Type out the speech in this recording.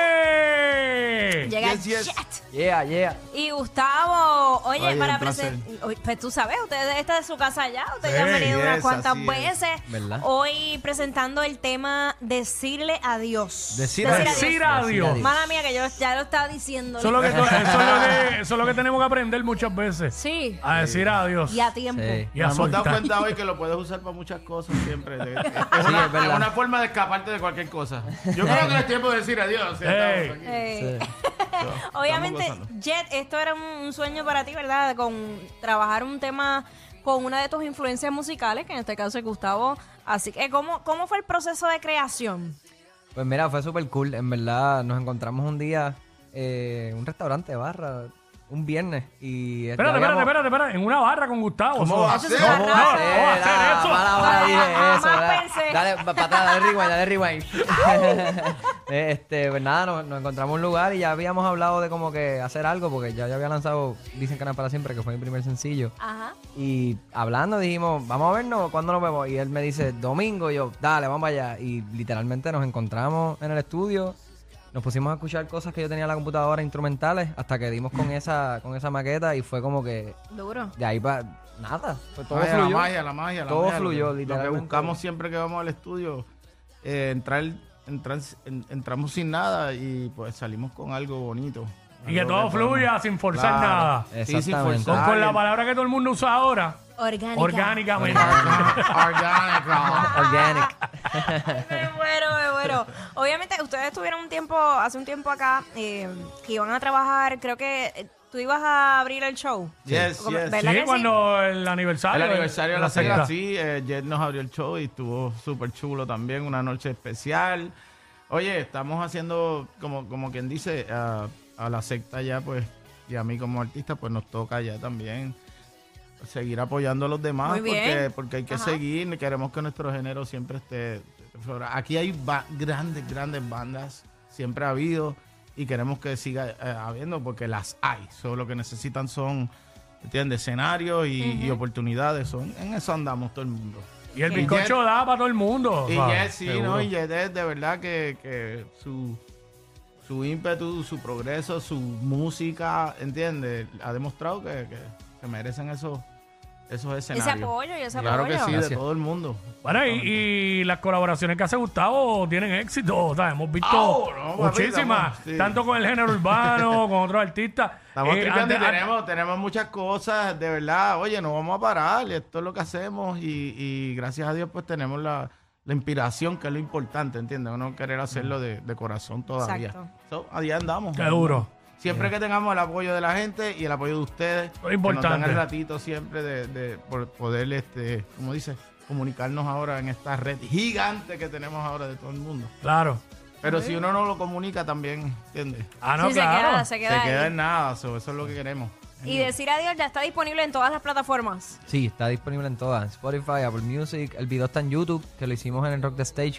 bebé! Llega Yes, el yes. chat. Yeah, yeah. Y Gustavo, oye, Oye, para un placer. presentar. Pues tú sabes, ustedes esta es su casa ya. Ustedes ya Sí, han venido unas yes, cuantas así es. veces. ¿Verdad? Hoy presentando el tema Decirle adiós. Decir Decir Pues adiós. Mala mía, que yo ya lo estaba diciendo. Eso es, lo que, eso, es lo que, eso es lo que tenemos que aprender muchas veces. Sí, A decir adiós. y a tiempo. Sí. Y a Nos hemos dado soltar. cuenta hoy que lo puedes usar para muchas cosas siempre. Es, es una, es verdad. es una forma de escaparte de cualquier cosa. Yo creo que no es tiempo de decir adiós. ya Ey. estamos aquí. Eh, Sí. Obviamente, Estamos gozando. Jet, esto era un, un sueño para ti, ¿verdad? Con trabajar un tema con una de tus influencias musicales, que en este caso es Gustavo. Así que, ¿cómo, cómo fue el proceso de creación? Pues mira, fue súper cool. En verdad, nos encontramos un día eh, en un restaurante de barra, un viernes. Y ya Espérate, espérate, habíamos- espérate, espérate. En una barra con Gustavo. ¿Cómo Zoe. va a Eso ser? es No, una ¿Cómo va rata. no, no va a a ser? hacer Ah, eso. Mala hora, dije Jamás eso. ¿verdad? Ah, pensé. Dale, pa- para atrás, dale rewind, dale rewind. Eh, este, pues nada, nos, nos encontramos en un lugar y ya habíamos hablado de como que hacer algo, porque ya, ya había lanzado Dicen Canal para siempre, que fue mi primer sencillo. Ajá. Y hablando dijimos, vamos a vernos, ¿cuándo nos vemos? Y él me dice, domingo, y yo, dale, vamos allá. Y literalmente nos encontramos en el estudio, nos pusimos a escuchar cosas que yo tenía en la computadora, instrumentales, hasta que dimos con esa, con esa maqueta y fue como que Duro. de ahí para nada. Fue todo Magia, fluyó. La magia, la magia, la Todo magia, lo fluyó, que- Lo literalmente. que buscamos siempre que vamos al estudio, eh, entrar, entrar- en- entramos sin nada y pues salimos con algo bonito. Y que Algo todo podemos- fluya sin forzar Claro. nada. Sí, sin Exactamente. Con, forzar. con la palabra que todo el mundo usa ahora. Orgánica. Orgánicamente. Orgánico. Organic. Me muero, me muero. Obviamente, ustedes tuvieron un tiempo, hace un tiempo acá, eh, que iban a trabajar, creo que eh, tú ibas a abrir el show. Yes, Como- yes. ¿verdad? que Sí, sí? cuando el aniversario. eh. El aniversario de la secta. secta, sí. eh, Jet nos abrió el show y estuvo súper chulo también, una noche especial. Oye, estamos haciendo, como, como quien dice, a, a la secta ya, pues, y a mí como artista, pues nos toca ya también seguir apoyando a los demás Muy bien. porque, porque hay que Ajá. seguir, queremos que nuestro género siempre esté... flora- Aquí hay ba- grandes, grandes bandas, siempre ha habido y queremos que siga eh, habiendo porque las hay, solo lo que necesitan son, ¿entiendes? Escenarios y, y oportunidades, son, en eso andamos todo el mundo. Y el Y bizcocho da para todo el mundo. Y o sea, Jess, sí, seguro. ¿no? Y Jess es de verdad que, que su, su ímpetu, su progreso, su música, ¿entiendes? Ha demostrado que, que, que merecen esos, esos escenarios. Ese apoyo y ese Claro apoyo. que sí, de Gracias. todo el mundo. Bueno, y, y las colaboraciones que hace Gustavo tienen éxito. o sea, hemos visto Oh, no, papi, muchísimas, estamos- sí. tanto con el género urbano, con otros artistas. Estamos Eh, tripeando y antes- tenemos, tenemos muchas cosas, de verdad. Oye, no vamos a parar, esto es lo que hacemos y, y gracias a Dios pues tenemos la, la inspiración, que es lo importante, ¿entiendes? Uno querer hacerlo de, de corazón todavía. Exacto. So, allí andamos. Seguro. Siempre Eh. que tengamos el apoyo de la gente y el apoyo de ustedes, Lo importante. que nos dan el ratito siempre de, de por poder, este, como dice, comunicarnos ahora en esta red gigante que tenemos ahora de todo el mundo. Claro. Pero si uno no lo comunica también, ¿entiendes? Ah, no, Sí, se claro. queda, se Se queda. queda ahí. en nada, so, eso es lo que queremos. Y decir adiós ya está disponible en todas las plataformas. Sí, está disponible en todas. Spotify, Apple Music, el video está en YouTube, que lo hicimos en el Rock the Stage,